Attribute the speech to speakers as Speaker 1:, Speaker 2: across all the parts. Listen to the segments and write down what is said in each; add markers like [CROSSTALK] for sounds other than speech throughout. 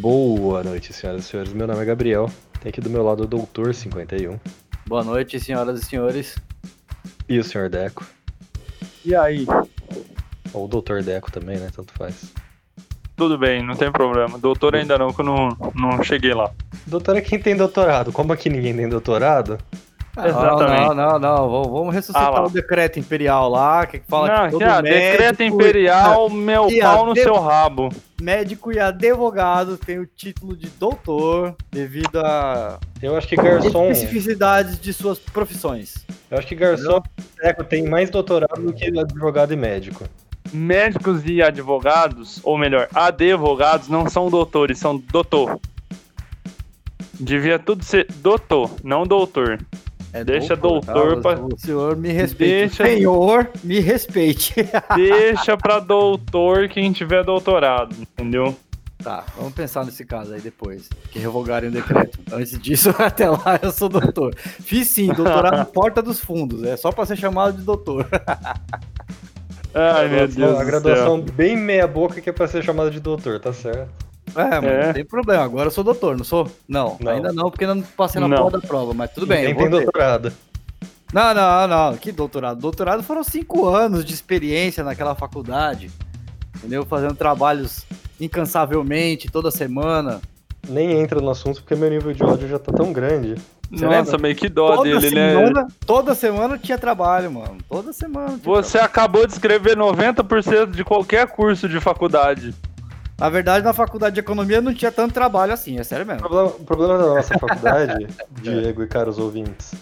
Speaker 1: Boa noite, senhoras e senhores. Meu nome é Gabriel. Tem aqui do meu lado o Doutor 51.
Speaker 2: Boa noite, senhoras e senhores.
Speaker 1: E o senhor Deco.
Speaker 3: E aí?
Speaker 1: Ou o Doutor Deco também, né? Tanto faz.
Speaker 3: Tudo bem, não tem problema. Doutor ainda não, que eu não, não cheguei lá.
Speaker 1: Doutor é quem tem doutorado. Como aqui ninguém tem doutorado,
Speaker 2: Ah,
Speaker 3: Exatamente.
Speaker 2: Não, não, não. Vamos, vamos ressuscitar
Speaker 3: Ah, lá.
Speaker 2: o decreto imperial lá, que fala que
Speaker 3: não,
Speaker 2: todo
Speaker 3: que a
Speaker 2: médico,
Speaker 3: decreta [LAUGHS] imperial, meu
Speaker 2: que a
Speaker 3: pau no
Speaker 2: de-
Speaker 3: seu rabo.
Speaker 2: [LAUGHS] médico e advogado tem o título de doutor devido a
Speaker 1: eu acho que
Speaker 3: um.
Speaker 1: garçom.
Speaker 2: especificidades de suas profissões.
Speaker 1: Eu acho que garçom e Deco tem mais doutorado do que advogado e médico.
Speaker 3: Médicos e advogados, ou melhor, advogados, não são doutores, são doutor. Devia tudo ser doutor, não [LAUGHS] doutor.
Speaker 2: É
Speaker 3: Deixa doutor
Speaker 2: tá?
Speaker 3: pra-
Speaker 2: O senhor me respeite.
Speaker 3: Deixa-
Speaker 2: Senhor, me respeite. [LAUGHS]
Speaker 3: Deixa pra doutor quem tiver doutorado, entendeu?
Speaker 2: Tá, vamos pensar nesse caso aí depois. Que revogarem o decreto. Antes disso, [LAUGHS] até lá eu sou doutor. Fiz sim,
Speaker 3: [LAUGHS]
Speaker 2: doutorado Porta dos Fundos. É só pra ser chamado de doutor.
Speaker 3: Ai, meu Deus
Speaker 1: A
Speaker 3: do céu.
Speaker 1: graduação bem meia-boca que é pra ser chamada de doutor, tá certo?
Speaker 2: É, mas
Speaker 3: É.
Speaker 2: não tem problema. Agora eu sou doutor, não sou? Não,
Speaker 1: Não.
Speaker 2: ainda não, porque ainda não passei na
Speaker 3: Não.
Speaker 2: porra da prova, mas tudo bem. eu
Speaker 1: Ninguém
Speaker 2: vou
Speaker 1: tem
Speaker 2: ter.
Speaker 1: doutorado.
Speaker 2: Não, não, não. Que doutorado? Doutorado foram cinco anos de experiência naquela faculdade. Entendeu? Fazendo trabalhos incansavelmente, toda semana.
Speaker 1: Nem entra no assunto porque meu nível de ódio já tá tão grande.
Speaker 2: Você
Speaker 3: Nossa,
Speaker 2: lembra?
Speaker 3: meio que dó
Speaker 2: toda,
Speaker 3: dele, né?
Speaker 2: semana, toda semana tinha trabalho, mano. Toda semana. Tinha trabalho.
Speaker 3: Você acabou de escrever 90% de qualquer curso de faculdade.
Speaker 2: Na verdade, na faculdade de economia não tinha tanto trabalho assim, é sério
Speaker 1: O
Speaker 2: mesmo.
Speaker 1: problema, o problema da nossa faculdade, Diego e caros ouvintes,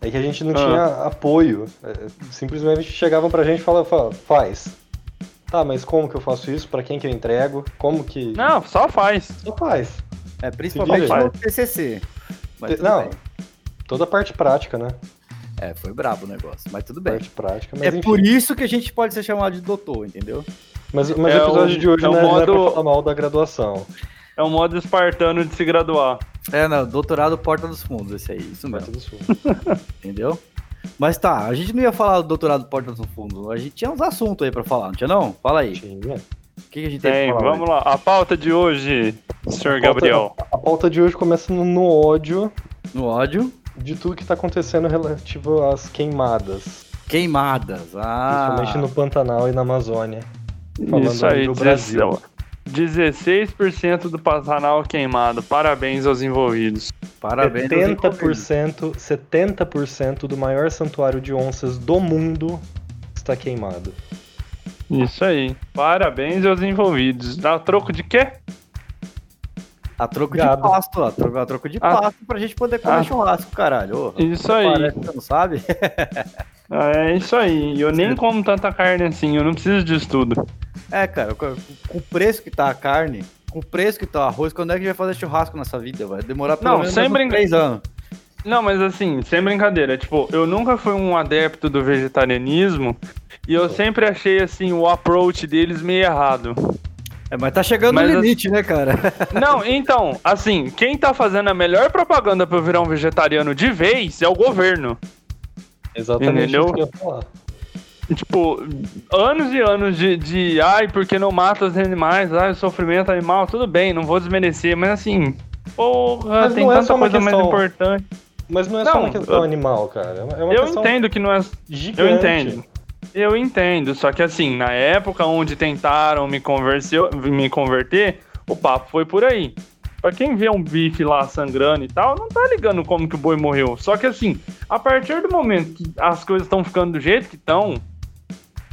Speaker 1: é que a gente não
Speaker 3: Ah.
Speaker 1: tinha apoio. É, Simplesmente chegavam pra gente e falavam, fala- faz. Tá, mas como que eu faço isso? Pra quem que eu entrego? Como que...
Speaker 3: Não, só faz.
Speaker 1: Só faz.
Speaker 2: É principalmente
Speaker 1: Sim,
Speaker 2: no TCC. Mas
Speaker 1: Te-
Speaker 2: tudo
Speaker 1: não,
Speaker 2: bem.
Speaker 1: toda a parte prática, né?
Speaker 2: É, foi brabo o negócio, mas tudo bem.
Speaker 1: Parte prática, mas
Speaker 2: É
Speaker 1: enfim.
Speaker 2: por isso que a gente pode ser chamado de doutor, entendeu?
Speaker 1: Mas, mas
Speaker 3: É
Speaker 1: o episódio
Speaker 3: um-
Speaker 1: de hoje
Speaker 3: é um
Speaker 1: não, é, não é
Speaker 3: modo-
Speaker 1: pra falar mal da graduação.
Speaker 3: É um modo espartano de se graduar.
Speaker 2: É, não, doutorado porta dos fundos, esse aí, isso
Speaker 1: Mas tudo
Speaker 2: mesmo,
Speaker 1: sul.
Speaker 2: entendeu? Mas tá, a gente não ia falar do doutorado porta dos fundos, a gente tinha uns assuntos aí pra falar, não tinha não? Fala aí,
Speaker 1: Tinha.
Speaker 2: o que, que a gente tem,
Speaker 3: Tem,
Speaker 2: pra falar?
Speaker 3: vamos lá. A pauta de hoje,
Speaker 1: pauta-
Speaker 3: senhor Gabriel.
Speaker 1: A pauta de hoje começa no, no ódio
Speaker 2: hoje? No ódio,
Speaker 1: de tudo que tá acontecendo relativo às queimadas.
Speaker 2: queimadas, ah,
Speaker 1: Principalmente no Pantanal e na Amazônia. Falando
Speaker 3: Isso aí,
Speaker 1: do
Speaker 3: 16
Speaker 1: Brasil.
Speaker 3: 16% do Pantanal queimado. Parabéns aos envolvidos.
Speaker 2: parabéns. aos envolvidos.
Speaker 1: 70%, 70% do maior santuário de onças do mundo está queimado.
Speaker 3: Isso aí. Parabéns aos envolvidos. Dá troco de quê?
Speaker 2: A troco
Speaker 1: Gado.
Speaker 2: de pasto, a troco, a troco de
Speaker 3: Ah.
Speaker 2: pasto pra gente poder comer
Speaker 3: Ah.
Speaker 2: churrasco, caralho. ô.
Speaker 3: Isso aí.
Speaker 2: Parece que você não sabe. [LAUGHS]
Speaker 3: É isso aí. Eu nem como tanta carne assim, eu não preciso disso tudo.
Speaker 2: É, cara, com com o preço que tá a carne, com o preço que tá o arroz, quando é que a gente vai fazer churrasco nessa vida? Vai demorar pelo
Speaker 3: Não,
Speaker 2: menos
Speaker 3: sem
Speaker 2: mais uns
Speaker 3: brinca-
Speaker 2: três anos.
Speaker 3: Não, mas assim, sem brincadeira, tipo, eu nunca fui um adepto do vegetarianismo e eu sempre achei assim o approach deles meio errado.
Speaker 2: É, mas tá chegando
Speaker 3: Mas
Speaker 2: no
Speaker 3: eu-
Speaker 2: limite, né, cara? [LAUGHS]
Speaker 3: Não, então, assim, quem tá fazendo a melhor propaganda pra eu virar um vegetariano de vez é o governo.
Speaker 1: Exatamente
Speaker 3: Entendeu?
Speaker 1: isso que eu ia falar.
Speaker 3: E, Tipo, anos e anos de, de ai, porque não mata os animais, ai, o sofrimento animal, tudo bem, não vou desmerecer, mas assim, porra,
Speaker 1: Mas
Speaker 3: tem
Speaker 1: não é
Speaker 3: tanta
Speaker 1: só uma
Speaker 3: coisa mais
Speaker 1: questão-
Speaker 3: importante.
Speaker 1: Mas não é só
Speaker 3: Não,
Speaker 1: uma questão
Speaker 3: eu-
Speaker 1: animal, cara. É uma- É uma
Speaker 3: eu
Speaker 1: questão
Speaker 3: entendo que não é
Speaker 1: gigante.
Speaker 3: Eu entendo. Eu entendo, só que assim, na época onde tentaram me, converse- me converter, o papo foi por aí. Pra quem vê um bife lá sangrando e tal, não tá ligando como que o boi morreu. Só que assim, a partir do momento que as coisas estão ficando do jeito que estão,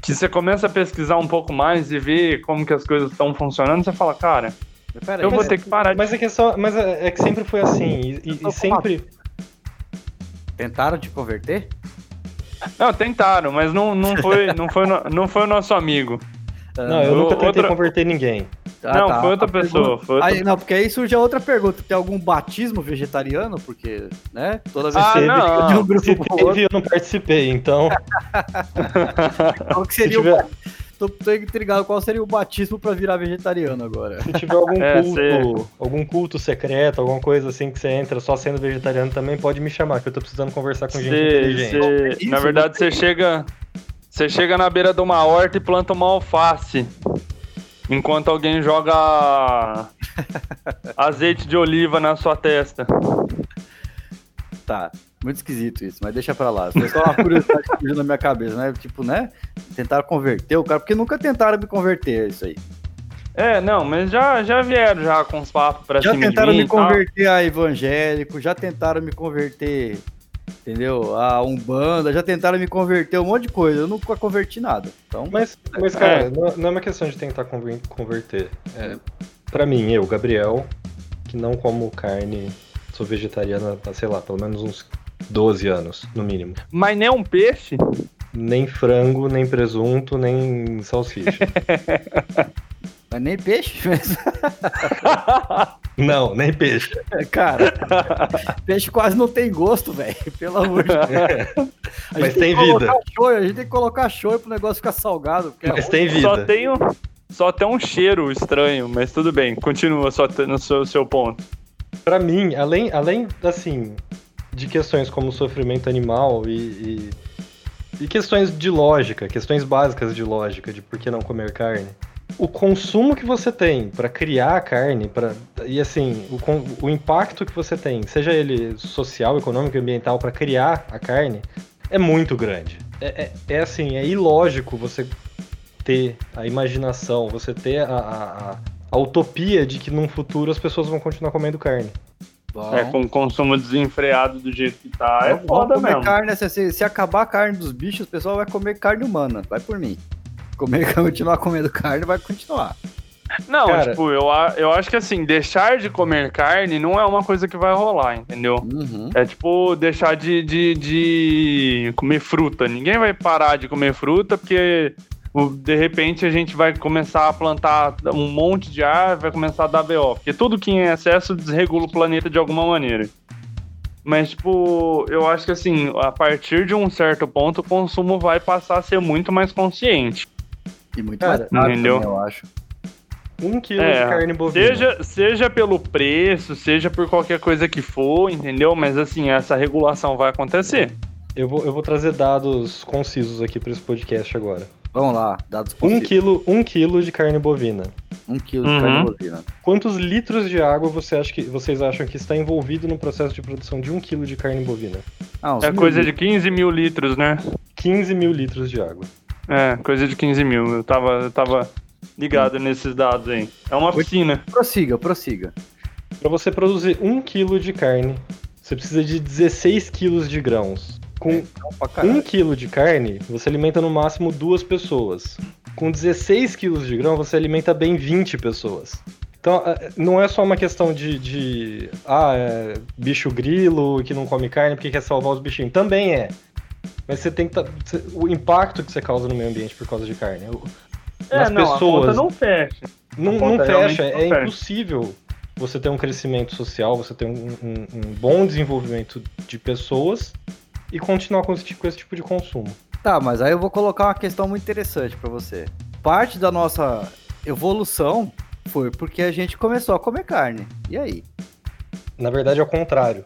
Speaker 3: que você começa a pesquisar um pouco mais e ver como que as coisas estão funcionando, você fala, cara,
Speaker 2: Pera
Speaker 3: eu vou ter que parar de...
Speaker 1: Mas, a questão, mas é, é que sempre foi assim. E, e- e
Speaker 2: Não,
Speaker 1: sempre.
Speaker 2: Tentaram te converter?
Speaker 3: Não, tentaram, mas não, não, foi, não, foi, no- não foi o nosso amigo.
Speaker 2: Ah,
Speaker 1: Não, eu
Speaker 3: o-
Speaker 1: nunca tentei
Speaker 3: outra-
Speaker 1: converter ninguém.
Speaker 2: [LAUGHS] ah,
Speaker 3: não,
Speaker 2: tá.
Speaker 3: foi outra
Speaker 2: A pergunta-
Speaker 3: pessoa. Foi outra...
Speaker 2: Aí, não, porque aí surge a outra pergunta. Tem algum batismo vegetariano? Porque, né? Toda vez
Speaker 3: Ah,
Speaker 2: que você
Speaker 3: não.
Speaker 2: de um grupo
Speaker 1: Se
Speaker 2: pro outro,
Speaker 1: teve, eu não participei, então.
Speaker 3: Ah,
Speaker 2: qual que
Speaker 1: Se
Speaker 2: seria o
Speaker 1: tiver,
Speaker 2: Tô, tô intrigado qual seria o batismo pra virar vegetariano agora. [LAUGHS]
Speaker 1: se tiver algum
Speaker 3: [LAUGHS] É,
Speaker 1: culto, algum culto secreto, alguma coisa assim que você entra só sendo vegetariano também, pode me chamar, que eu tô precisando conversar com gente
Speaker 3: Cê,
Speaker 1: inteligente.
Speaker 3: cê-
Speaker 2: Isso,
Speaker 3: na verdade, você chega, você chega na beira de uma horta e planta uma alface. Enquanto
Speaker 2: [LAUGHS]
Speaker 3: alguém joga azeite de oliva na sua testa.
Speaker 2: Tá. Muito esquisito isso, mas deixa pra lá. Foi só uma curiosidade que surgiu na minha cabeça, né? Tipo, né? Tentaram converter o cara, porque nunca tentaram me converter, é isso aí.
Speaker 3: É, não, mas já, já vieram já Tá com os papos pra
Speaker 2: Já
Speaker 3: cima
Speaker 2: tentaram
Speaker 3: de mim
Speaker 2: me
Speaker 3: e tal.
Speaker 2: converter a evangélico, já tentaram me converter, entendeu? A Umbanda, já tentaram me converter um monte de coisa. Eu nunca converti nada. Então,
Speaker 1: Mas, mas cara,
Speaker 3: É.
Speaker 1: não, não é uma questão de tentar conver- converter. É, para mim, eu, Gabriel, que não como carne, sou vegetariana há, sei lá, pelo menos uns 12 anos, no mínimo.
Speaker 3: Mas nem um peixe?
Speaker 1: Nem frango, nem presunto, nem
Speaker 3: [LAUGHS]
Speaker 1: salsicha.
Speaker 2: mas nem peixe, mas,
Speaker 1: não, nem peixe.
Speaker 2: [LAUGHS] cara, peixe quase não tem gosto, velho. [LAUGHS] Pelo amor de Deus. A
Speaker 1: Mas
Speaker 2: gente
Speaker 1: tem
Speaker 2: que
Speaker 1: vida.
Speaker 2: colocar shoyu, a gente tem que colocar shoyu pro negócio ficar salgado. Porque é
Speaker 1: Mas
Speaker 3: [LAUGHS]
Speaker 2: ruim.
Speaker 1: tem vida.
Speaker 3: Só tem, um, só tem um cheiro estranho, mas tudo bem. Continua só t- no seu, seu ponto.
Speaker 1: Pra mim, além, além assim, de questões como sofrimento animal e, e, e questões de lógica, questões básicas de lógica, de por que não comer carne, o consumo que você tem pra criar a carne, pra, e assim, o, con- o impacto que você tem, seja ele social, econômico, ambiental, pra criar a carne, é muito grande. É, é- é assim, é ilógico você ter a imaginação, você ter a- a- a, a utopia de que num futuro as pessoas vão continuar comendo carne.
Speaker 2: Tá Bom.
Speaker 3: É, com o consumo desenfreado do jeito que tá, é
Speaker 2: Vamos-
Speaker 3: foda
Speaker 2: vamos comer
Speaker 3: mesmo.
Speaker 2: Carne, se- se, se acabar a carne dos bichos, o pessoal vai comer carne humana. Vai por mim. Comer, [LAUGHS] continuar comendo carne, vai continuar.
Speaker 3: Não,
Speaker 1: Cara.
Speaker 3: tipo, eu, a- eu acho que assim, deixar de comer carne não é uma coisa que vai rolar, entendeu?
Speaker 1: Uhum.
Speaker 3: É tipo deixar de, de, de comer fruta. Ninguém vai parar de comer fruta porque o- de repente a gente vai começar a plantar um monte de árvore, vai começar a dar BO. Porque tudo que é em excesso desregula o planeta de alguma maneira. Mas, tipo, eu acho que assim, a partir de um certo ponto, o consumo vai passar a ser muito mais consciente.
Speaker 2: E muito
Speaker 1: Cara,
Speaker 2: mais caro
Speaker 3: entendeu?
Speaker 2: também, eu acho.
Speaker 1: Um quilo
Speaker 3: É,
Speaker 1: de carne bovina.
Speaker 3: Seja, seja pelo preço, seja por qualquer coisa que for, entendeu? Mas assim, essa regulação vai acontecer.
Speaker 1: Eu, vou, eu vou trazer dados concisos aqui para esse podcast agora.
Speaker 2: Vamos lá, dados
Speaker 1: Um
Speaker 2: possíveis.
Speaker 1: quilo, um quilo de carne bovina.
Speaker 2: Um quilo de
Speaker 3: Uhum.
Speaker 2: carne bovina.
Speaker 1: Quantos litros de água você acha que, vocês acham que está envolvido no processo de produção de um quilo de carne bovina?
Speaker 2: Ah, uns
Speaker 3: É
Speaker 2: mil
Speaker 3: coisa de
Speaker 2: litros.
Speaker 3: 15 mil litros, né?
Speaker 1: 15 mil litros de água.
Speaker 3: É, coisa de 15 mil. Eu tava, eu tava ligado nesses dados aí. É uma piscina.
Speaker 2: Prossiga, prossiga.
Speaker 1: Para você produzir um quilo de carne, você precisa de 16 quilos de grãos. Com
Speaker 2: Então, pra caralho.
Speaker 1: um quilo de carne, você alimenta no máximo duas pessoas. Com 16 quilos de grão, você alimenta bem 20 pessoas. Então, eh, não é só uma questão de, de, ah, é bicho grilo que não come carne porque quer salvar os bichinhos. Também é. Mas você tem que. tá- você- O impacto que você causa no meio ambiente por causa de carne. o-
Speaker 3: É,
Speaker 1: nas
Speaker 3: não, a
Speaker 1: pessoas.
Speaker 3: conta não fecha.
Speaker 1: Não,
Speaker 3: A conta
Speaker 1: não fecha,
Speaker 3: realmente não
Speaker 1: é
Speaker 3: fecha.
Speaker 1: impossível você ter um crescimento social, você ter um, um- um bom desenvolvimento de pessoas e continuar com esse tipo- com esse tipo de consumo.
Speaker 2: Tá, mas aí eu vou colocar uma questão muito interessante pra você. Parte da nossa evolução foi porque a gente começou a comer carne. E aí?
Speaker 1: Na verdade, é o contrário.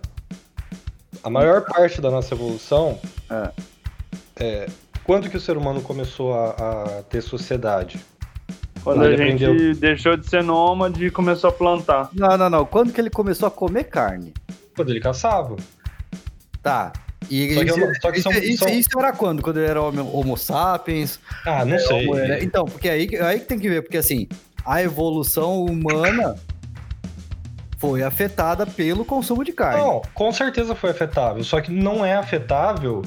Speaker 1: A maior parte da nossa evolução
Speaker 2: Ah.
Speaker 1: é, quando que o ser humano começou a, a ter sociedade?
Speaker 3: Quando
Speaker 1: Ele
Speaker 3: a gente
Speaker 1: aprendeu.
Speaker 3: deixou de ser nômade e começou a plantar.
Speaker 2: Não, não, não. Quando que ele começou a comer carne?
Speaker 1: Quando ele caçava.
Speaker 2: Tá. E
Speaker 1: Só que
Speaker 2: isso,
Speaker 1: eu não- só que
Speaker 2: isso-
Speaker 1: são-
Speaker 2: isso-
Speaker 1: são-
Speaker 2: isso era quando? Quando ele era homo, homo sapiens?
Speaker 1: Ah, não sei.
Speaker 2: Homo erectus? Então, porque aí, aí que tem que ver, porque assim, a evolução humana foi afetada pelo consumo de carne.
Speaker 1: Não, com certeza foi afetável, só que não é afetável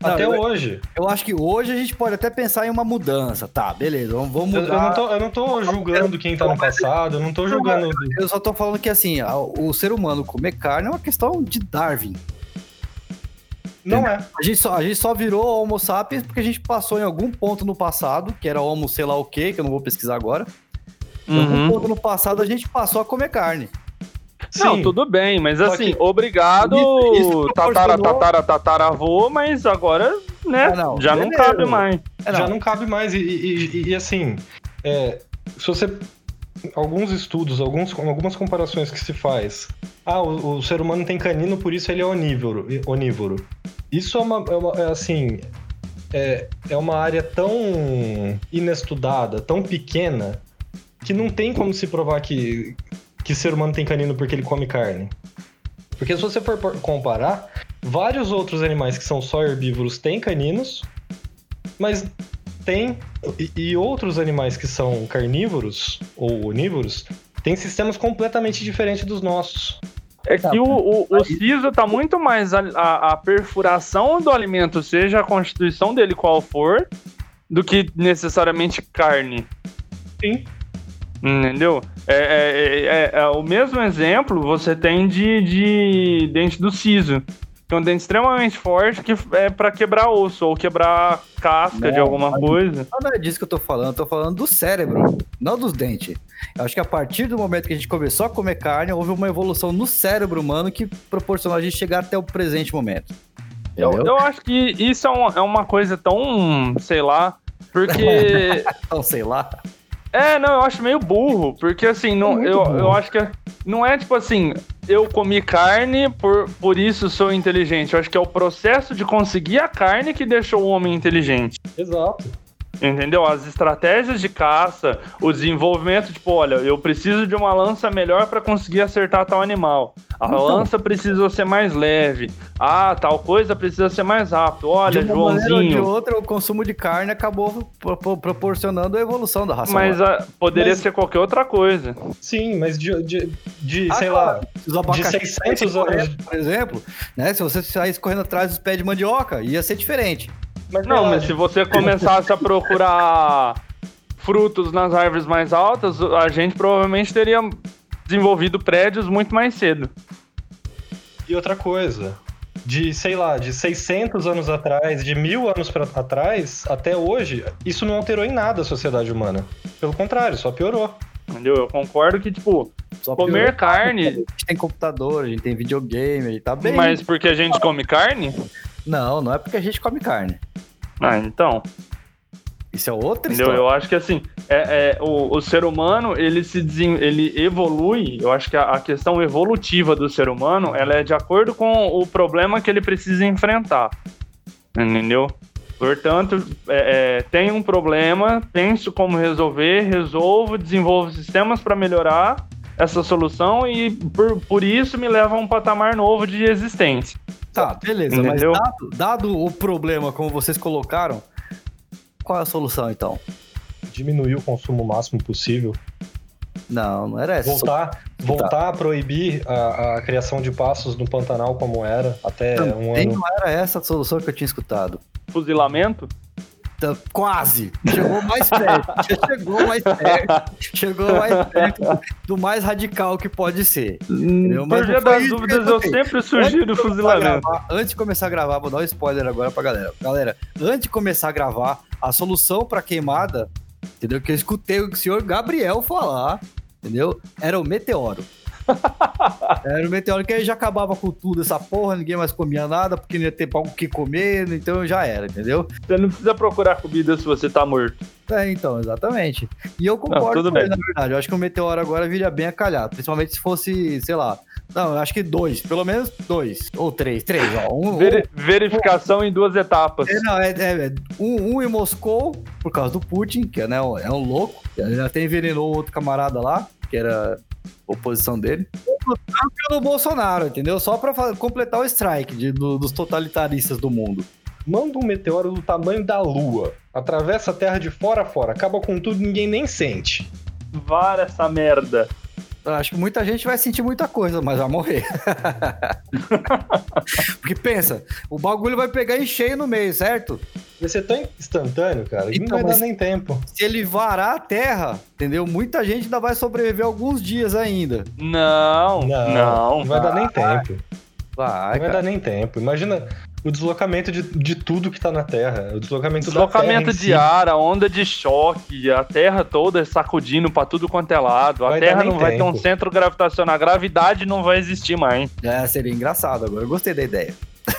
Speaker 2: Não,
Speaker 1: até
Speaker 2: eu-
Speaker 1: hoje.
Speaker 2: Eu acho que hoje a gente pode até pensar em uma mudança. Tá, beleza, vamos, vamos
Speaker 1: Eu, eu não
Speaker 2: mudar.
Speaker 1: tô, eu não tô julgando quem tá no passado, eu não tô julgando.
Speaker 2: Eu só tô falando que assim, a- o ser humano comer carne é uma questão de Darwin.
Speaker 1: Não é.
Speaker 2: A gente só, a gente só virou Homo sapiens porque a gente passou em algum ponto no passado, que era Homo sei lá o quê, que eu não vou pesquisar agora. Em
Speaker 3: Uhum.
Speaker 1: Então, Uhum.
Speaker 2: algum ponto no passado a gente passou a comer carne.
Speaker 3: Não,
Speaker 1: Sim,
Speaker 3: tudo bem, mas
Speaker 1: Só
Speaker 3: assim,
Speaker 1: que
Speaker 3: obrigado,
Speaker 2: isso- isso
Speaker 3: tatara,
Speaker 2: proporcionou-
Speaker 3: tatara, tataravô, mas agora,
Speaker 1: É,
Speaker 3: né,
Speaker 2: Ah, não,
Speaker 3: já não
Speaker 2: beleza.
Speaker 3: cabe mais.
Speaker 2: É,
Speaker 1: já não cabe mais. E, e- e- e, assim, é, se você. Alguns estudos, alguns, algumas comparações que se faz. Ah, o, o ser humano tem canino, por isso ele é onívoro. e- onívoro. Isso é uma. é uma- é assim. É, é uma área tão inestudada, tão pequena, que não tem como se provar que, que ser humano tem canino porque ele come carne. Porque se você for por- comparar, vários outros animais que são só herbívoros têm caninos, mas tem. E, e outros animais que são carnívoros ou onívoros têm sistemas completamente diferentes dos nossos.
Speaker 3: É
Speaker 2: Tá,
Speaker 3: que o, o, o siso tá muito mais a, a- a perfuração do alimento, seja a constituição dele qual for, do que necessariamente carne.
Speaker 1: Sim.
Speaker 3: Entendeu? É, é- é- é- é o mesmo exemplo você tem de, de dente do siso. Que é um dente extremamente forte que é pra quebrar osso ou quebrar casca de
Speaker 2: Não,
Speaker 3: alguma
Speaker 2: mas-
Speaker 3: coisa.
Speaker 2: Não é disso que eu tô falando, eu tô falando do cérebro, não dos dentes. Eu acho que a partir do momento que a gente começou a comer carne, houve uma evolução no cérebro humano que proporcionou a gente chegar até o presente momento.
Speaker 3: Eu,
Speaker 2: Entendeu?
Speaker 3: eu acho que isso é, um- é uma coisa tão, sei lá,
Speaker 2: [LAUGHS]
Speaker 3: porque.
Speaker 2: Então, sei lá.
Speaker 3: é, não, eu acho meio burro, porque assim, não,
Speaker 1: muito
Speaker 3: eu,
Speaker 1: burro.
Speaker 3: eu acho que. é- Não é tipo assim, eu comi carne, por, por isso sou inteligente. Eu acho que é o processo de conseguir a carne que deixou o homem inteligente.
Speaker 1: Exato.
Speaker 3: Entendeu? As estratégias de caça, o desenvolvimento, tipo, olha, eu preciso de uma lança melhor para conseguir acertar tal animal. A
Speaker 2: Então.
Speaker 3: lança precisa ser mais leve. Ah, tal coisa precisa ser mais rápido.
Speaker 2: de
Speaker 3: Olha,
Speaker 2: uma maneira ou de
Speaker 3: Joãozinho.
Speaker 2: outra, o consumo de carne acabou pro- pro- proporcionando a evolução da raça
Speaker 3: Mas
Speaker 2: humana.
Speaker 3: ah, poderia
Speaker 1: Mas-
Speaker 3: ser qualquer outra coisa.
Speaker 1: Sim, mas de, de, de,
Speaker 2: Ah,
Speaker 1: sei
Speaker 2: claro.
Speaker 1: lá,
Speaker 2: Os abacaxi
Speaker 1: de 600
Speaker 2: correndo,
Speaker 1: anos.
Speaker 2: Por exemplo, né, se você saísse correndo atrás dos pés de mandioca, ia ser diferente.
Speaker 1: Mas
Speaker 3: Não, mas se você começasse a procurar frutos nas árvores mais altas, a gente provavelmente teria desenvolvido prédios muito mais cedo.
Speaker 1: E outra coisa, de, sei lá, de 600 anos atrás, de mil anos pra, atrás, até hoje, isso não alterou em nada a sociedade humana. Pelo contrário, só piorou.
Speaker 3: Entendeu? Eu concordo que, tipo,
Speaker 2: Só porque
Speaker 3: comer carne
Speaker 2: A gente tem computador, a gente tem videogame, a gente tá bem.
Speaker 3: Mas porque a gente come carne?
Speaker 2: Não, não é porque a gente come carne.
Speaker 3: Ah, então.
Speaker 2: Isso é outra
Speaker 3: Entendeu?
Speaker 2: história.
Speaker 3: Eu acho que assim, é, é, o, o ser humano, ele se desen... ele evolui. Eu acho que a, a questão evolutiva do ser humano, ela é de acordo com o problema que ele precisa enfrentar. Entendeu? Portanto, é, é, tem um problema, penso como resolver, resolvo, desenvolvo sistemas para melhorar essa solução e por, por isso me leva a um patamar novo de existência.
Speaker 2: Tá, beleza,
Speaker 3: Entendeu?
Speaker 2: mas dado, dado o problema como vocês colocaram, qual é a solução então?
Speaker 1: Diminuir o consumo o máximo possível.
Speaker 2: Não, não era essa.
Speaker 1: Voltar, voltar a proibir a, a criação de passos no Pantanal como era até um
Speaker 2: Também
Speaker 1: ano.
Speaker 2: não era essa a solução que eu tinha escutado.
Speaker 3: Fuzilamento?
Speaker 2: Tá, Quase. Chegou mais perto. Já chegou mais perto. Chegou mais perto do mais radical que pode ser. Entendeu? Mas
Speaker 3: Por via
Speaker 2: não foi
Speaker 3: das
Speaker 2: isso que
Speaker 3: dúvidas,
Speaker 2: eu
Speaker 3: eu
Speaker 2: falei.
Speaker 3: sempre sugiro
Speaker 2: Antes de
Speaker 3: o
Speaker 2: começar a
Speaker 3: fuzilamento.
Speaker 2: gravar- antes de começar a gravar, vou dar um spoiler agora pra galera. Galera, antes de começar a gravar, a solução pra queimada, entendeu? Que eu escutei o senhor Gabriel falar, entendeu? Era o
Speaker 3: [LAUGHS]
Speaker 2: meteoro. Era o meteoro que aí já acabava com tudo, essa porra, ninguém mais comia nada, porque não ia ter o que comer, então já era, entendeu?
Speaker 3: Você não precisa procurar comida se você tá morto.
Speaker 2: É, então, exatamente. E eu concordo
Speaker 3: Não, tudo
Speaker 2: com ele,
Speaker 3: bem.
Speaker 2: na verdade. Eu acho que o meteoro agora viria bem a calhar. Principalmente se fosse, sei lá. Não, eu acho que dois. Pelo menos dois. Ou três. Três, ó. Um,
Speaker 3: Veri- verificação em duas etapas.
Speaker 2: um- é, não, é- é- é. um, um em Moscou, por causa do Putin, que é, né, um- é um louco. Ele até envenenou outro camarada lá, que era oposição dele. Outro Pelo Bolsonaro, entendeu? Só pra fa- completar o strike de- do- dos totalitaristas do mundo.
Speaker 1: Manda um meteoro do tamanho da Lua. Atravessa a Terra de fora a fora. Acaba com tudo, ninguém nem sente.
Speaker 3: Vara essa merda.
Speaker 2: Eu acho que muita gente vai sentir muita coisa, mas vai morrer. [LAUGHS] Porque pensa, o bagulho vai pegar em cheio no meio, certo?
Speaker 1: Vai ser tão instantâneo, cara, que não
Speaker 2: Então,
Speaker 1: vai
Speaker 2: mas-
Speaker 1: dar nem tempo.
Speaker 2: Se ele varar a terra, entendeu? Muita gente ainda vai sobreviver alguns dias ainda.
Speaker 3: Não,
Speaker 1: Não,
Speaker 3: não.
Speaker 1: não vai dar nem tempo.
Speaker 2: Vai,
Speaker 1: Não vai
Speaker 2: cara.
Speaker 1: dar nem tempo. Imagina o deslocamento de, de tudo que tá na Terra. O deslocamento,
Speaker 3: Deslocamento
Speaker 1: da Terra. em
Speaker 3: de
Speaker 1: si.
Speaker 3: ar, a onda de choque, a terra toda sacudindo pra tudo quanto é lado. A
Speaker 1: Vai dar
Speaker 3: terra
Speaker 1: nem
Speaker 3: não vai ter um
Speaker 1: tempo.
Speaker 3: centro gravitacional. A gravidade não vai existir mais.
Speaker 2: É, seria engraçado agora. Eu gostei da ideia.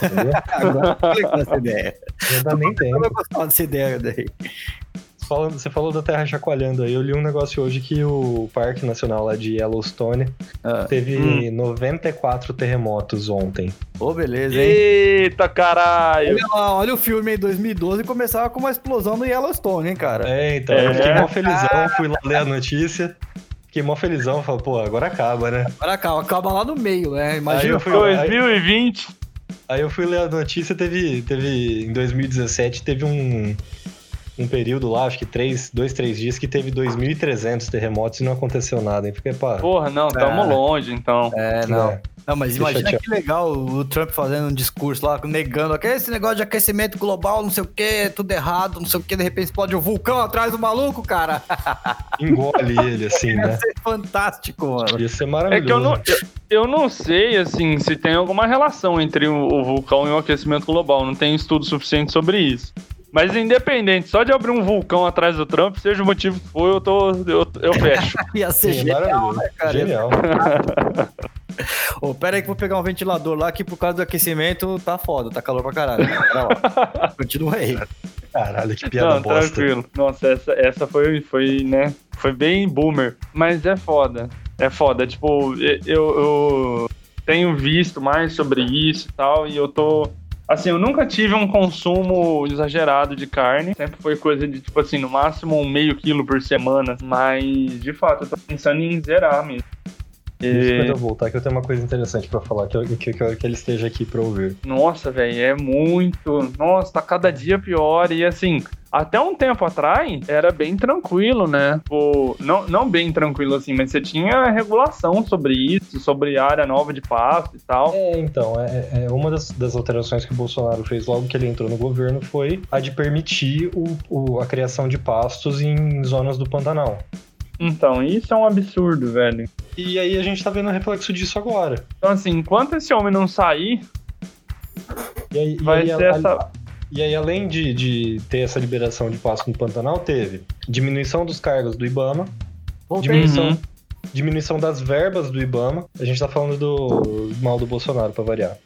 Speaker 1: entendeu?
Speaker 2: [LAUGHS] Agora eu gostei dessa ideia.
Speaker 1: Não dá nem
Speaker 2: Eu
Speaker 1: tempo.
Speaker 2: vou gostar dessa ideia daí.
Speaker 1: falando- você falou da Terra chacoalhando aí. Eu li um negócio hoje que o Parque Nacional lá de Yellowstone
Speaker 2: Ah.
Speaker 1: teve
Speaker 3: Hum.
Speaker 1: 94 terremotos ontem.
Speaker 2: Ô,
Speaker 1: é.
Speaker 2: beleza, hein?
Speaker 3: Eita, caralho!
Speaker 2: Olha, lá, olha o filme em 2012 começava com uma explosão no Yellowstone, hein, cara?
Speaker 1: É, então, eu
Speaker 3: É.
Speaker 1: fiquei mó felizão, fui lá ler a notícia. Fiquei mó felizão, falei, pô, agora acaba, né?
Speaker 2: Agora calma, acaba lá no meio, né?
Speaker 1: Aí
Speaker 2: Imagina.
Speaker 1: eu fui-
Speaker 3: 2020.
Speaker 1: Aí eu fui ler a notícia, teve, teve em 2017 teve um, um período lá, acho que três, dois, três dias, que teve 2.300 terremotos e não aconteceu nada. Hein? Fiquei, pá,
Speaker 3: Porra, não, tamo
Speaker 2: É.
Speaker 3: longe, então.
Speaker 2: É, não.
Speaker 1: né?
Speaker 2: Não, mas
Speaker 1: Fiquei
Speaker 2: imagina
Speaker 1: chateado.
Speaker 2: que legal o Trump fazendo um discurso lá, negando "Aqui, esse negócio de aquecimento global, não sei o que, tudo errado, não sei o que, de repente explode um vulcão atrás do maluco, cara.
Speaker 1: engole ele, assim,
Speaker 2: Ia
Speaker 1: né?
Speaker 3: [LAUGHS]
Speaker 2: ser fantástico, mano.
Speaker 1: Ia ser
Speaker 3: É
Speaker 1: maravilhoso.
Speaker 3: que eu não, eu, eu não sei, assim, se tem alguma relação entre o, o vulcão e o aquecimento global. Não tem estudo suficiente sobre isso. Mas independente, só de abrir um vulcão atrás do Trump, seja o motivo que for, eu, tô, eu, eu fecho.
Speaker 2: Ia ser
Speaker 1: Sim, é
Speaker 2: genial,
Speaker 1: maravilhoso.
Speaker 2: né, cara?
Speaker 3: [LAUGHS]
Speaker 1: Genial.
Speaker 2: Ô, pera aí que eu vou pegar um ventilador lá que por causa do aquecimento tá foda, tá calor pra caralho. Pera [LAUGHS] lá. Continua aí.
Speaker 1: Caralho, que piada
Speaker 3: não,
Speaker 1: bosta.
Speaker 3: tranquilo. Nossa, essa, essa foi, foi, né? Foi bem boomer. Mas é foda. É foda. Tipo, e- eu, eu tenho visto mais sobre isso e tal, e eu tô. Assim, eu nunca tive um consumo exagerado de carne. Sempre foi coisa de, tipo assim, no máximo um meio quilo por semana. Mas, de fato, eu tô pensando em zerar mesmo.
Speaker 1: Isso,
Speaker 3: E-
Speaker 1: quando eu voltar, que eu tenho uma coisa interessante pra falar, que eu que eu quero que ele esteja aqui pra ouvir.
Speaker 3: Nossa, velho, é muito. Nossa, tá cada dia pior. E assim, até um tempo atrás era bem tranquilo, né? Tipo, não, não bem tranquilo assim, mas você tinha regulação sobre isso, sobre área nova de pasto e tal.
Speaker 1: É, então, é, é- uma das, das alterações que o Bolsonaro fez logo que ele entrou no governo foi a de permitir o- o- a criação de pastos em zonas do Pantanal.
Speaker 3: Então, isso é um absurdo, velho.
Speaker 1: E aí a gente tá vendo o reflexo disso agora.
Speaker 3: Então, assim, enquanto esse homem não sair,
Speaker 1: E aí, e
Speaker 3: vai
Speaker 1: aí,
Speaker 3: ser
Speaker 1: a-
Speaker 3: essa.
Speaker 1: e aí, além de, de ter essa liberação de pasto no Pantanal, teve diminuição dos cargos do Ibama,
Speaker 2: Voltei. então.
Speaker 1: diminuição,
Speaker 3: Uhum.
Speaker 1: diminuição das verbas do Ibama. A gente tá falando do mal do Bolsonaro, pra variar.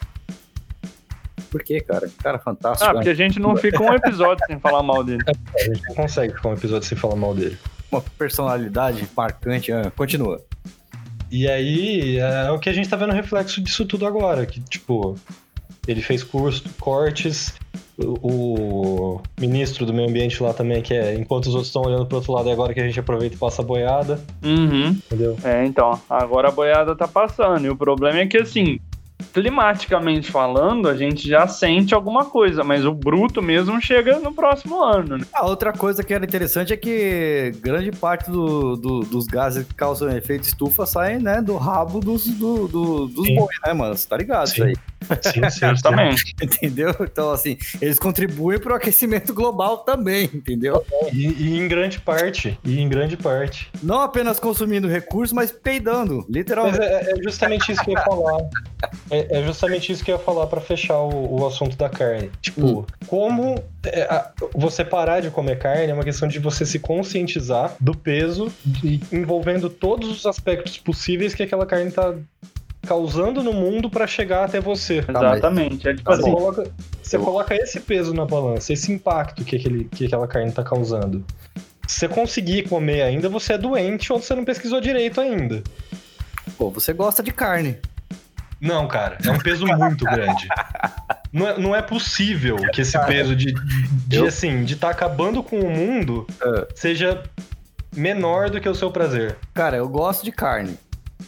Speaker 2: Por quê, cara? Cara fantástico. né?
Speaker 3: Ah, porque a gente não fica um episódio sem falar
Speaker 1: [LAUGHS]
Speaker 3: mal dele.
Speaker 1: A gente não consegue ficar um episódio sem falar mal dele.
Speaker 2: Uma personalidade marcante. ah, Continua.
Speaker 1: E aí, é o que a gente tá vendo reflexo disso tudo agora, que, tipo, ele fez curso, cortes, o, o ministro do meio ambiente lá também, que é, enquanto os outros estão olhando pro outro lado, é agora que a gente aproveita e passa a boiada,
Speaker 3: Uhum.
Speaker 1: entendeu?
Speaker 3: É, então, agora a boiada tá passando. E o problema é que, assim, climaticamente falando, a gente já sente alguma coisa, mas o bruto mesmo chega no próximo ano, né?
Speaker 2: Ah, outra coisa que era interessante é que grande parte do- do- dos gases que causam efeito estufa saem, né, do rabo dos, do, do- dos
Speaker 1: Sim.
Speaker 2: bois, né, mano? Você tá ligado isso
Speaker 1: Sim.
Speaker 2: aí, [LAUGHS]
Speaker 1: Sim, sim.
Speaker 3: Certamente.
Speaker 2: entendeu? Então, assim, eles contribuem pro aquecimento global também, entendeu?
Speaker 1: E, e em grande parte, e em grande parte.
Speaker 2: Não apenas consumindo recursos, mas peidando,
Speaker 1: Mas
Speaker 2: literalmente.
Speaker 1: é, é justamente isso que eu ia falar. É, é justamente isso que eu ia falar pra fechar o, o assunto da carne. Tipo, como é, a- você parar de comer carne é uma questão de você se conscientizar do peso e envolvendo todos os aspectos possíveis que aquela carne tá causando no mundo pra chegar até você.
Speaker 2: Tá, mas- tá
Speaker 3: Exatamente. É tipo
Speaker 1: Você,
Speaker 3: assim,
Speaker 1: coloca, você coloca esse peso na balança, esse impacto que, aquele, que aquela carne tá causando. Se você conseguir comer ainda, você é doente ou você não pesquisou direito ainda.
Speaker 3: É.
Speaker 2: Pô, você gosta de carne.
Speaker 1: Não, cara, é um peso muito grande. Não é, não é possível que esse peso de, de
Speaker 2: Eu- Ah.
Speaker 1: assim, de estar acabando com o mundo seja menor do que o seu prazer.
Speaker 2: Cara, eu gosto de carne.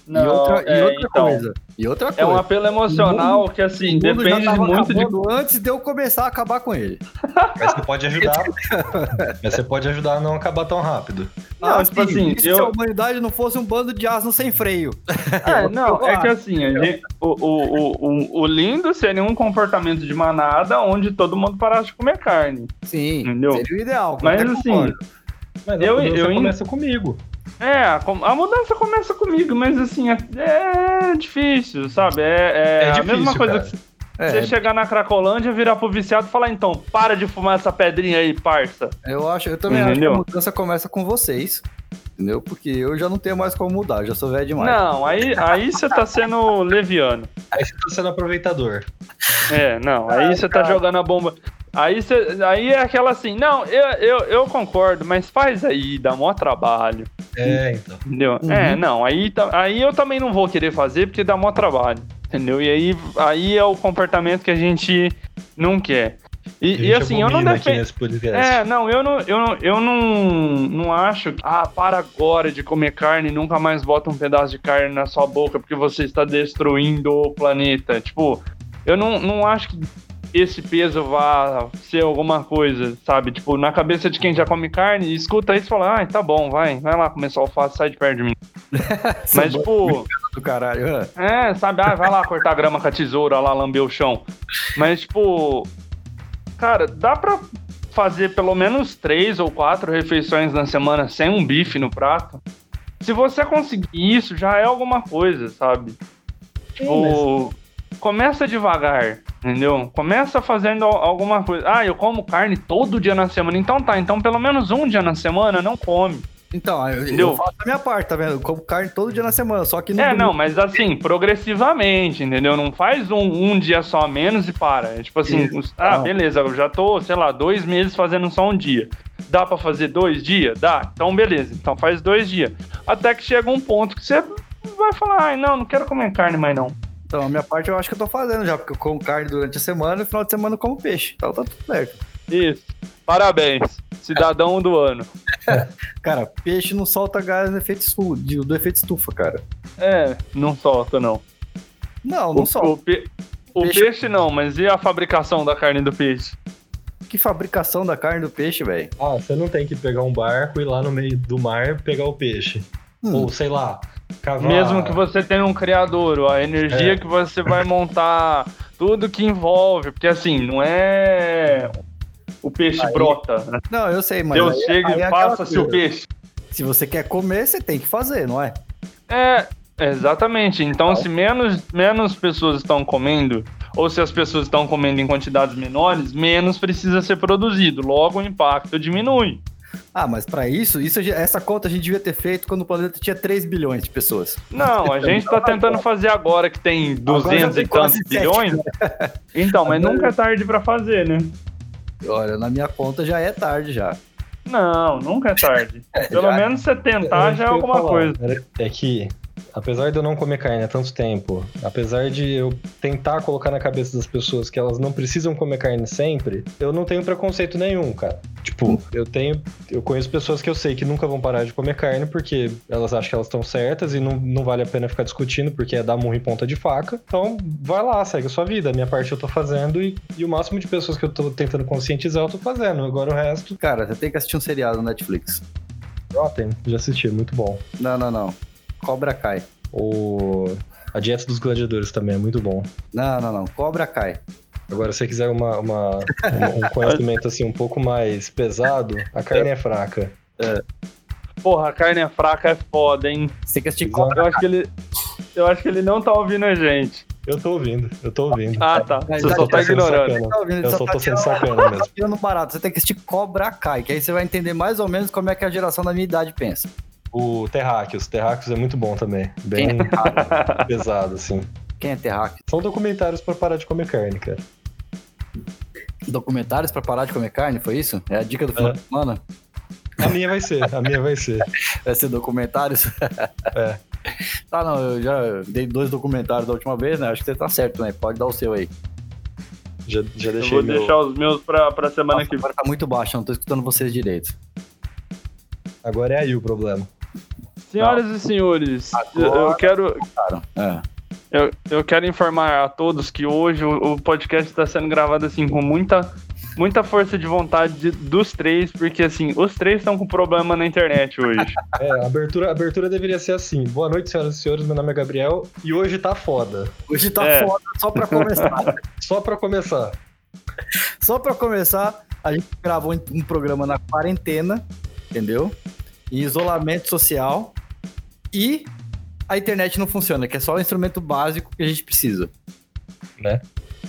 Speaker 3: não,
Speaker 2: e outra, e
Speaker 3: é,
Speaker 2: outra
Speaker 3: então,
Speaker 2: coisa. E outra coisa.
Speaker 3: É um apelo emocional que,
Speaker 2: O
Speaker 3: assim,
Speaker 2: mundo já
Speaker 3: depende
Speaker 2: tava
Speaker 3: muito de.
Speaker 2: acabando Antes de eu começar a acabar com ele.
Speaker 1: Mas você pode
Speaker 2: [LAUGHS]
Speaker 1: ajudar. mas você pode ajudar a não acabar tão rápido.
Speaker 3: Não, tipo assim,
Speaker 2: e se
Speaker 3: eu-
Speaker 2: a humanidade não fosse um bando de asno sem freio.
Speaker 3: É, não,
Speaker 2: Eu
Speaker 3: é que
Speaker 2: acho.
Speaker 3: assim, a gente- o, o, o, o- o lindo seria um comportamento de manada onde todo mundo parasse de comer carne.
Speaker 2: Sim,
Speaker 3: Entendeu?
Speaker 2: seria o ideal.
Speaker 3: Mas
Speaker 2: até
Speaker 3: assim,
Speaker 2: concordo.
Speaker 1: Mas é
Speaker 3: Eu-
Speaker 1: você
Speaker 3: eu ainda-
Speaker 1: começa comigo.
Speaker 3: É, a, com- a mudança começa comigo, mas assim, é, é difícil, sabe? É, é
Speaker 1: É
Speaker 3: a
Speaker 1: difícil,
Speaker 3: mesma coisa
Speaker 1: cara.
Speaker 3: que você
Speaker 2: É,
Speaker 3: chegar na Cracolândia, virar pro viciado e falar, então, para de fumar essa pedrinha aí, parça.
Speaker 2: eu acho, eu também
Speaker 3: Entendeu?
Speaker 2: acho que a mudança começa com vocês. Entendeu? Porque eu já não tenho mais como mudar, eu já sou velho demais.
Speaker 3: Não, aí, aí você tá sendo leviano.
Speaker 1: Aí você tá sendo aproveitador.
Speaker 3: É, não, aí você tá jogando a bomba. Aí, cê- aí é aquela assim, não, eu, eu, eu concordo, mas faz aí, dá mó trabalho.
Speaker 1: É, então.
Speaker 3: Entendeu?
Speaker 2: Uhum.
Speaker 3: É, não, aí, ta- aí eu também não vou querer fazer porque dá mó trabalho. Entendeu? E aí, aí é o comportamento que a gente não quer.
Speaker 1: A
Speaker 3: E,
Speaker 1: gente
Speaker 3: e assim, eu não
Speaker 1: abomina aqui
Speaker 3: defendo.
Speaker 1: nesse podcast.
Speaker 3: É, não, eu não, eu não, eu não, não acho que, ah, para agora de comer carne e nunca mais bota um pedaço de carne na sua boca porque você está destruindo o planeta. Tipo, eu não, não acho que esse peso vá ser alguma coisa, sabe? Tipo, na cabeça de quem já come carne, escuta isso e fala, ah, tá bom, vai, vai lá começar alface, sai de perto de mim. Mas, tipo,
Speaker 2: do caralho. ah.
Speaker 3: é, sabe? Ah, vai lá cortar grama com a tesoura, lá lamber o chão. Mas, tipo. Cara, dá pra fazer pelo menos três ou quatro refeições na semana sem um bife no prato? Se você conseguir isso, já é alguma coisa, sabe? Tipo, começa devagar, entendeu? Começa fazendo al- alguma coisa. Ah, eu como carne todo dia na semana. Então tá, então pelo menos um dia na semana não come.
Speaker 2: Então, eu, eu
Speaker 3: Entendeu?
Speaker 2: faço a minha parte, tá vendo? Eu como carne todo dia na semana, só que no
Speaker 3: É,
Speaker 2: domingo.
Speaker 3: não, mas assim, progressivamente, entendeu? Não faz um, um dia só a menos e para. É tipo assim,
Speaker 2: Isso.
Speaker 3: ah,
Speaker 2: Não.
Speaker 3: beleza, eu já tô, sei lá, dois meses fazendo só um dia. Dá pra fazer dois dias? Dá. Então, beleza. Então faz dois dias. Até que chega um ponto que você vai falar, ai, não, não quero comer carne mais não.
Speaker 2: Então, a minha parte eu acho que eu tô fazendo já, porque eu como carne durante a semana e no final de semana eu como peixe. Então tá tudo certo.
Speaker 3: Isso. Parabéns, cidadão do ano.
Speaker 2: Cara, peixe não solta gás do efeito estufa, do efeito estufa cara.
Speaker 3: É, não solta, não.
Speaker 2: Não, não
Speaker 3: o,
Speaker 2: solta.
Speaker 3: o pe- o
Speaker 2: Peixe-
Speaker 3: peixe não, mas e a fabricação da carne do peixe?
Speaker 2: Que fabricação da carne do peixe, velho.
Speaker 1: Ah, você não tem que pegar um barco e ir lá no meio do mar pegar o peixe.
Speaker 2: Hum.
Speaker 1: Ou, sei lá, cavar...
Speaker 2: Ah.
Speaker 3: Mesmo que você tenha um criadouro, a energia
Speaker 1: É.
Speaker 3: que você vai montar, tudo que envolve, porque assim, não é o peixe brota. né?
Speaker 2: Não, eu sei, mas.
Speaker 3: Deus
Speaker 2: aí-
Speaker 3: chega
Speaker 2: aí
Speaker 3: e
Speaker 2: é aquela
Speaker 3: passa-se o
Speaker 2: coisa.
Speaker 3: peixe.
Speaker 2: Se você quer comer, você tem que fazer, não é?
Speaker 3: É, exatamente. Então,
Speaker 2: Tá.
Speaker 3: se menos, menos pessoas estão comendo, ou se as pessoas estão comendo em quantidades menores, menos precisa ser produzido. Logo, o impacto diminui.
Speaker 2: Ah, mas pra isso, isso essa conta a gente devia ter feito quando o planeta tinha 3 bilhões de pessoas.
Speaker 3: Não, a gente tá tentando fazer agora que tem
Speaker 2: Agora já
Speaker 3: 200
Speaker 2: tem
Speaker 3: e tantos
Speaker 2: quase sete, né?
Speaker 3: bilhões. Então, mas
Speaker 2: Agora-
Speaker 3: nunca é tarde pra fazer, né?
Speaker 2: Olha, na minha conta já é tarde já.
Speaker 3: Não, nunca [LAUGHS] é tarde. Pelo
Speaker 2: já-
Speaker 3: menos você tentar
Speaker 1: isso que
Speaker 3: já é
Speaker 1: eu ia
Speaker 3: alguma
Speaker 1: falar.
Speaker 3: coisa.
Speaker 1: Era- É que, apesar de eu não comer carne há tanto tempo, apesar de eu tentar colocar na cabeça das pessoas que elas não precisam comer carne sempre, eu não tenho preconceito nenhum, cara. Tipo, eu tenho. Eu conheço pessoas que eu sei que nunca vão parar de comer carne porque elas acham que elas estão certas e não, não vale a pena ficar discutindo porque é dar murro em ponta de faca. Então, vai lá, segue a sua vida. A minha parte eu tô fazendo e, e o máximo de pessoas que eu tô tentando conscientizar eu tô fazendo. Agora o resto,
Speaker 2: Cara, você tem que assistir um seriado no Netflix.
Speaker 1: Rotten, já assisti, é muito bom.
Speaker 2: Não, não, não. Cobra cai.
Speaker 1: O... A Dieta dos Gladiadores também é muito bom.
Speaker 2: Não, não, não. Cobra cai.
Speaker 1: Agora, se você quiser uma, uma- um um conhecimento assim um pouco mais pesado, a carne é fraca.
Speaker 3: Porra, a carne é fraca, é foda, hein?
Speaker 2: Você tem que assistir
Speaker 1: Exato.
Speaker 2: Cobra
Speaker 3: Eu acho que ele. Eu acho que ele não tá ouvindo a gente.
Speaker 1: Eu tô ouvindo, eu tô ouvindo.
Speaker 3: Ah, tá. Você
Speaker 1: Eu
Speaker 3: só
Speaker 1: só
Speaker 3: tá
Speaker 1: tô sendo
Speaker 3: ignorando.
Speaker 1: sacana.
Speaker 2: Tá ouvindo, ele
Speaker 1: Eu
Speaker 2: só
Speaker 1: só
Speaker 2: tá
Speaker 1: tô sendo
Speaker 2: tirando-
Speaker 1: sacana mesmo.
Speaker 2: Tirando barato. Você tem que assistir Cobra cai, que aí você vai entender mais ou menos como é que a geração da minha idade pensa.
Speaker 1: O Terráqueos, Terráqueos é muito bom também. Bem [LAUGHS] pesado, assim.
Speaker 2: Quem é terráqueo?
Speaker 1: São documentários pra parar de comer carne, cara.
Speaker 2: Documentários pra parar de comer carne, foi isso? É a dica do final
Speaker 1: É.
Speaker 2: de semana?
Speaker 1: A minha vai ser, a minha vai ser.
Speaker 2: Vai ser documentários?
Speaker 1: É.
Speaker 2: [LAUGHS] Tá, não, eu já dei dois documentários da última vez, né? Acho que você tá certo, né? Pode dar o seu aí.
Speaker 1: Já, já
Speaker 3: Eu
Speaker 1: deixei
Speaker 3: vou
Speaker 1: meu...
Speaker 3: deixar os meus pra, pra semana
Speaker 2: Nossa,
Speaker 3: que vem.
Speaker 2: agora tá muito baixo, eu não tô escutando vocês direito.
Speaker 1: Agora é aí o problema.
Speaker 3: Senhoras e senhores, eu- eu
Speaker 2: Agora-
Speaker 3: quero,
Speaker 2: Claro. É.
Speaker 3: eu, eu quero informar a todos que hoje o, o podcast está sendo gravado assim com muita, muita força de vontade de- dos três, porque assim, os três estão com problema na internet hoje.
Speaker 1: É, a abertura, a abertura deveria ser assim. Boa noite, senhoras e senhores, meu nome é Gabriel e hoje tá foda.
Speaker 2: Hoje tá
Speaker 3: É.
Speaker 2: foda, só pra começar.
Speaker 1: [LAUGHS] Só pra começar.
Speaker 2: só pra começar, a gente gravou um programa na quarentena, entendeu? Em isolamento social. E a internet não funciona, que é só o instrumento básico que a gente precisa.
Speaker 1: Né?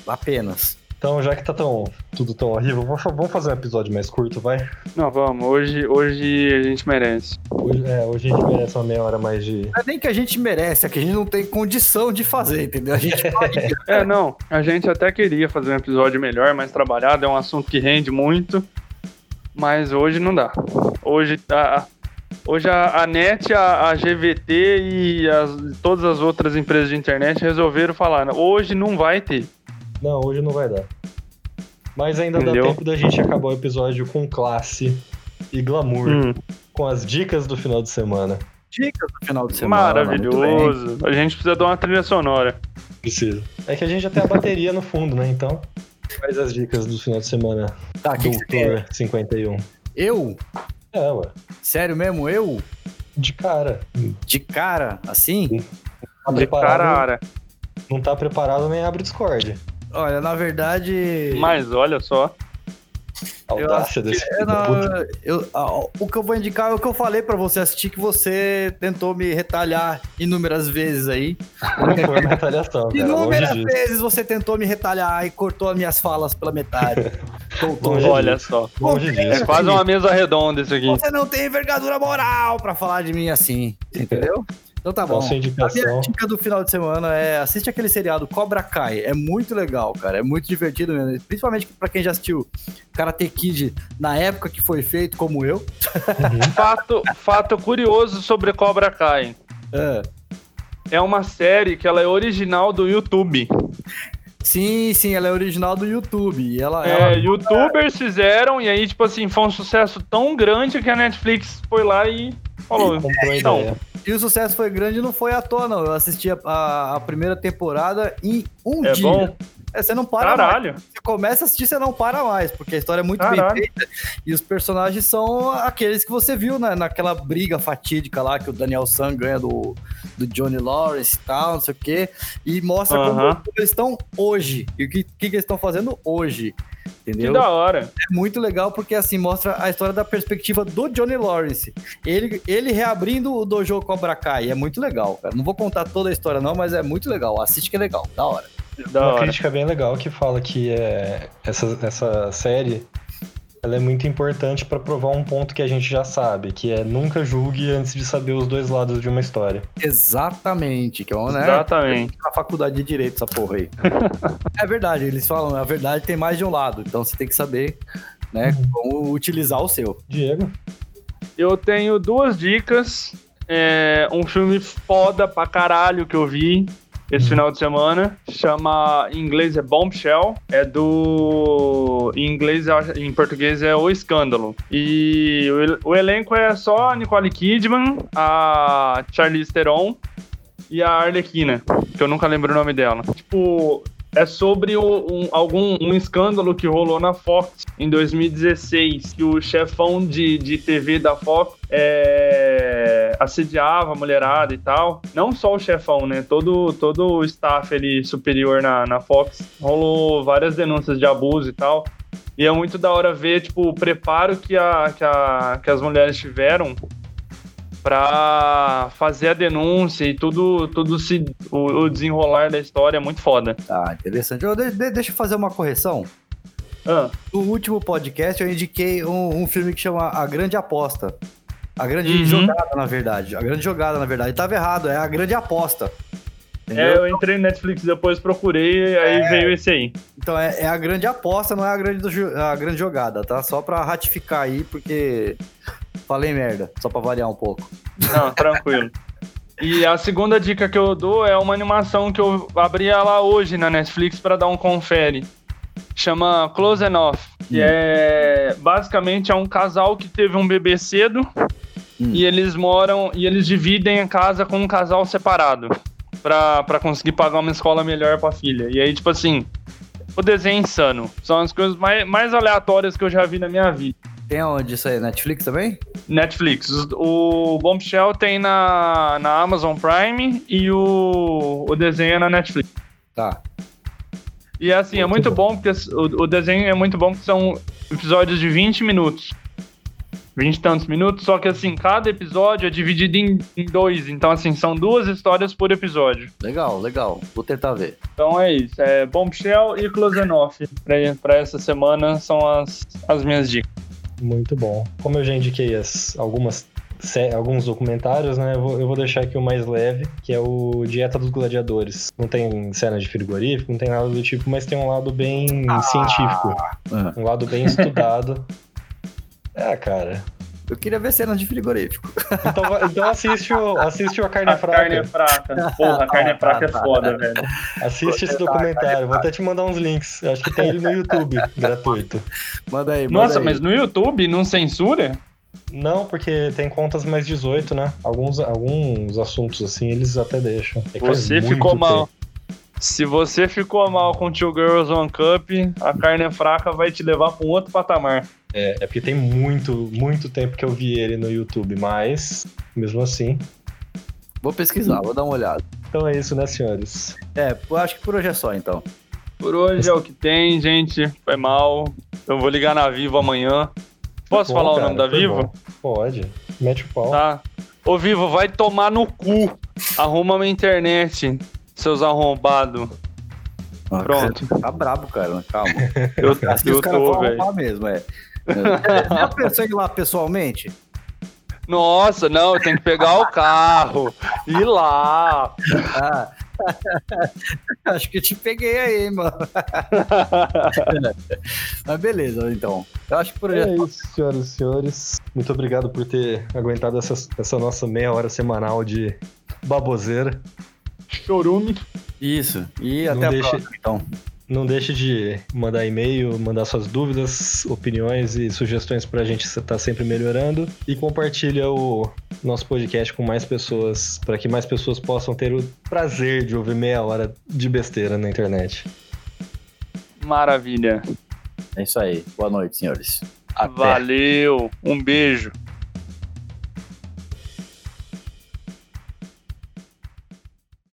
Speaker 2: Apenas.
Speaker 1: Então, já que tá tão, tudo tão horrível, vamos fa- vamos fazer um episódio mais curto, vai?
Speaker 3: [LAUGHS] Não, vamos. Hoje, hoje a gente merece.
Speaker 1: Hoje, é, hoje a gente merece uma meia hora mais de.
Speaker 2: Não é nem que a gente merece, é que a gente não tem condição de fazer, entendeu? A gente faria.
Speaker 3: É, não. A gente até queria fazer um episódio melhor, mais trabalhado. É um assunto que rende muito. Mas hoje não dá. Hoje a, a- hoje a, a NET, a, a GVT e as- todas as outras empresas de internet resolveram falar: né, hoje não vai ter.
Speaker 1: Não, hoje não vai dar. Mas ainda
Speaker 3: Entendeu?
Speaker 1: dá tempo da gente acabar o episódio com classe e glamour,
Speaker 3: Hum,
Speaker 1: com as dicas do final de semana.
Speaker 2: Dicas no final de semana. né? muito bem.
Speaker 3: maravilhoso. A gente precisa dar uma trilha sonora.
Speaker 1: Preciso. É que a gente já tem a bateria no fundo, né? Então, quais as dicas do final de semana,
Speaker 2: Tá, o que que você quer?
Speaker 1: doutor 51?
Speaker 2: Eu?
Speaker 1: É, ué.
Speaker 2: Sério mesmo? Eu?
Speaker 1: De cara.
Speaker 2: De cara, assim?
Speaker 1: Tá
Speaker 3: De
Speaker 1: preparado?
Speaker 3: carara.
Speaker 1: Não tá preparado, nem abre o Discord.
Speaker 2: Olha, na verdade.
Speaker 3: Mas olha só.
Speaker 1: Audácia desse tipo
Speaker 2: É,
Speaker 1: filho da
Speaker 2: não,
Speaker 1: puta.
Speaker 2: eu- ah, o que eu vou indicar é o que eu falei pra você assistir, que você tentou me retalhar inúmeras vezes aí.
Speaker 1: Não foi
Speaker 2: [LAUGHS]
Speaker 1: uma retaliação, cara.
Speaker 2: inúmeras
Speaker 1: Longe disso.
Speaker 2: vezes você tentou me retalhar e cortou as minhas falas
Speaker 1: [LAUGHS]
Speaker 2: pela metade. Doutor.
Speaker 1: Longe
Speaker 3: Olha só.
Speaker 1: Longe disso.
Speaker 3: Faz uma mesa redonda
Speaker 2: [LAUGHS]
Speaker 3: isso aqui.
Speaker 2: Você não tem envergadura moral pra falar de mim assim, entendeu? Então tá bom.
Speaker 1: Então, sua
Speaker 2: A minha
Speaker 1: indicação.
Speaker 2: dica do final de semana é assiste aquele seriado Cobra Kai. É muito legal, cara. É muito divertido mesmo. Principalmente pra quem já assistiu Karate Kid na época que foi feito, como eu.
Speaker 3: Fato, fato curioso sobre Cobra Kai.
Speaker 2: É.
Speaker 3: É uma série que ela é original do YouTube.
Speaker 2: Sim, sim, ela é original do YouTube. E ela,
Speaker 3: É,
Speaker 2: ela-
Speaker 3: youtubers fizeram e aí, tipo assim, foi um sucesso tão grande que a Netflix foi lá e falou.
Speaker 1: Comprou a
Speaker 3: Então,
Speaker 1: ideia.
Speaker 2: E o sucesso foi grande e não foi à toa, não. Eu assisti a, a- a primeira temporada em um
Speaker 3: É
Speaker 2: dia.
Speaker 3: bom?
Speaker 2: É, você não para mais.
Speaker 3: Caralho.
Speaker 2: Você começa a assistir, você não para mais, porque a história é muito
Speaker 3: Caralho.
Speaker 2: bem feita. E os personagens são aqueles que você viu na, naquela briga fatídica lá que o Daniel San ganha do, do Johnny Lawrence e tal, não sei o quê. E mostra
Speaker 3: Aham.
Speaker 2: como eles estão hoje. E o que, que, que eles estão fazendo hoje.
Speaker 3: Que
Speaker 2: Entendeu? É
Speaker 3: da hora.
Speaker 2: muito legal porque assim mostra a história da perspectiva do Johnny Lawrence. Ele, ele reabrindo o dojo Cobra Kai. É muito legal, cara. Não vou contar toda a história não, mas é muito legal. Assiste que é legal, da hora.
Speaker 3: Da
Speaker 1: uma
Speaker 3: hora.
Speaker 1: crítica bem legal que fala que é, essa, essa série ela é muito importante pra provar um ponto que a gente já sabe, que é nunca julgue antes de saber os dois lados de uma história.
Speaker 2: Exatamente, que é uma, né?
Speaker 3: Exatamente.
Speaker 2: Na faculdade de direito essa porra
Speaker 3: [LAUGHS]
Speaker 2: aí. é verdade, eles falam, a verdade tem mais de um lado, então você tem que saber, né,
Speaker 3: Uhum.
Speaker 2: como utilizar o seu.
Speaker 1: Diego,
Speaker 3: Eu tenho duas dicas. É, um filme foda pra caralho que eu vi esse final de semana. Chama, em inglês é Bombshell. É do. Em inglês, eu acho- em português é O Escândalo. E o, el- o elenco é só a Nicole Kidman, a Charlize Theron e a Arlequina, que eu nunca lembro o nome dela. Tipo, é sobre o- um, algum um escândalo que rolou na Fox em 2016, que o chefão de, de TV da Fox é, assediava a mulherada e tal. Não só o chefão, né? Todo, todo o staff ali superior na, na Fox. Rolou várias denúncias de abuso e tal. E é muito da hora ver, tipo, o preparo que, a, que, a, que as mulheres tiveram pra fazer a denúncia e tudo, tudo se, o, o desenrolar da história é muito foda.
Speaker 2: Tá, interessante. Eu, de- de- deixa eu fazer uma correção.
Speaker 3: Ah,
Speaker 2: No último podcast eu indiquei um, um filme que chama A Grande Aposta. A grande
Speaker 3: Uhum.
Speaker 2: jogada, na verdade. A grande jogada, na verdade. Tava errado, é a grande aposta.
Speaker 3: é,
Speaker 2: Entendeu? É.
Speaker 3: eu entrei no Netflix depois, procurei, e aí veio esse aí.
Speaker 2: Então é, é a grande aposta, não é a grande, do jo- a grande jogada, tá? Só pra ratificar aí, porque falei merda, só pra variar um pouco.
Speaker 3: Não, tranquilo. E a segunda dica que eu dou é uma animação que eu abri ela hoje na Netflix pra dar um confere. Chama Close Enough. Que
Speaker 2: Hum.
Speaker 3: é basicamente é um casal que teve um bebê cedo
Speaker 2: Hum.
Speaker 3: e eles moram e eles dividem a casa com um casal separado pra, pra conseguir pagar uma escola melhor pra filha. E aí, tipo assim, o desenho é insano. São as coisas mais, mais aleatórias que eu já vi na minha vida.
Speaker 2: Tem onde isso aí? Netflix também?
Speaker 3: Netflix. Os- O Bombshell tem na, na Amazon Prime e o, o desenho é na Netflix.
Speaker 2: Tá.
Speaker 3: E assim, é
Speaker 1: Muito
Speaker 3: muito bom, porque o, o desenho é muito bom porque são episódios de 20 minutos. 20 e tantos minutos, só que assim, cada episódio é dividido em, em dois, então assim, são duas histórias por episódio.
Speaker 2: Legal, legal. Vou tentar ver.
Speaker 3: Então é isso, é Bombshell e Closenoff pra, pra essa semana são as, as minhas dicas.
Speaker 1: Muito bom. Como eu já indiquei as, algumas, sé- alguns documentários, né? Eu vou, eu vou deixar aqui o mais leve, que é o Dieta dos Gladiadores. Não tem cena de frigorífico, não tem nada do tipo, mas tem um lado bem científico.
Speaker 2: Ah.
Speaker 3: é.
Speaker 1: Um lado bem
Speaker 3: [LAUGHS]
Speaker 1: estudado. Ah, cara.
Speaker 2: Eu queria ver cenas de frigorífico.
Speaker 1: Então, va- então assiste, o, assiste o A Carne
Speaker 3: A
Speaker 1: é Fraca.
Speaker 3: carne é fraca. Porra, a carne é fraca é foda, velho.
Speaker 1: Assiste esse documentário. Vou até te mandar uns links. Eu Acho que tem ele no YouTube, gratuito.
Speaker 2: Manda aí, manda
Speaker 3: Nossa,
Speaker 2: aí.
Speaker 3: mas no YouTube não censura?
Speaker 1: Não, porque tem contas mais 18, né? Alguns, alguns assuntos assim eles até deixam. É que faz
Speaker 3: Você
Speaker 1: muito
Speaker 3: ficou mal.
Speaker 1: tempo.
Speaker 3: Se você ficou mal com Two Girls One Cup, a carne é fraca vai te levar pra um outro patamar.
Speaker 1: É, é porque tem muito, muito tempo que eu vi ele no YouTube, mas mesmo assim.
Speaker 2: Vou pesquisar, vou dar uma olhada.
Speaker 1: Então é isso, né, senhores?
Speaker 2: É, eu acho que por hoje é só, então.
Speaker 3: Por hoje é o que tem, gente. Foi mal. Eu vou ligar na Vivo amanhã. Posso
Speaker 1: Bom,
Speaker 3: falar
Speaker 1: cara,
Speaker 3: o nome da
Speaker 1: foi
Speaker 3: Vivo?
Speaker 1: bom. Pode. Mete o pau.
Speaker 3: Tá. Ô Vivo, vai tomar no cu. Arruma minha internet, seus arrombados.
Speaker 2: Ah,
Speaker 1: [LAUGHS]
Speaker 3: Pronto.
Speaker 2: Tá brabo, cara. Calma.
Speaker 3: Eu,
Speaker 2: Assim
Speaker 3: eu
Speaker 2: os caras
Speaker 3: tô,
Speaker 2: vão
Speaker 3: velho.
Speaker 2: arrumar mesmo, é. Você já pensou em ir lá pessoalmente?
Speaker 3: Nossa, não, eu tenho que pegar o carro. Ir lá.
Speaker 2: Ah. [LAUGHS] Acho que eu te peguei aí, mano. [LAUGHS] Mas beleza, então. Eu acho que por hoje é
Speaker 1: É
Speaker 2: só.
Speaker 1: isso, senhoras e senhores. Muito obrigado por ter aguentado essa, essa nossa meia hora semanal de baboseira.
Speaker 3: Chorume.
Speaker 2: Isso. E
Speaker 1: Não
Speaker 2: até
Speaker 1: deixe-
Speaker 2: a próxima, então.
Speaker 1: Não deixe de mandar e-mail, mandar suas dúvidas, opiniões e sugestões pra gente estar sempre melhorando. E compartilha o nosso podcast com mais pessoas, para que mais pessoas possam ter o prazer de ouvir meia hora de besteira na internet.
Speaker 3: Maravilha.
Speaker 2: É isso aí. Boa noite, senhores.
Speaker 1: Até.
Speaker 3: Valeu. Um beijo.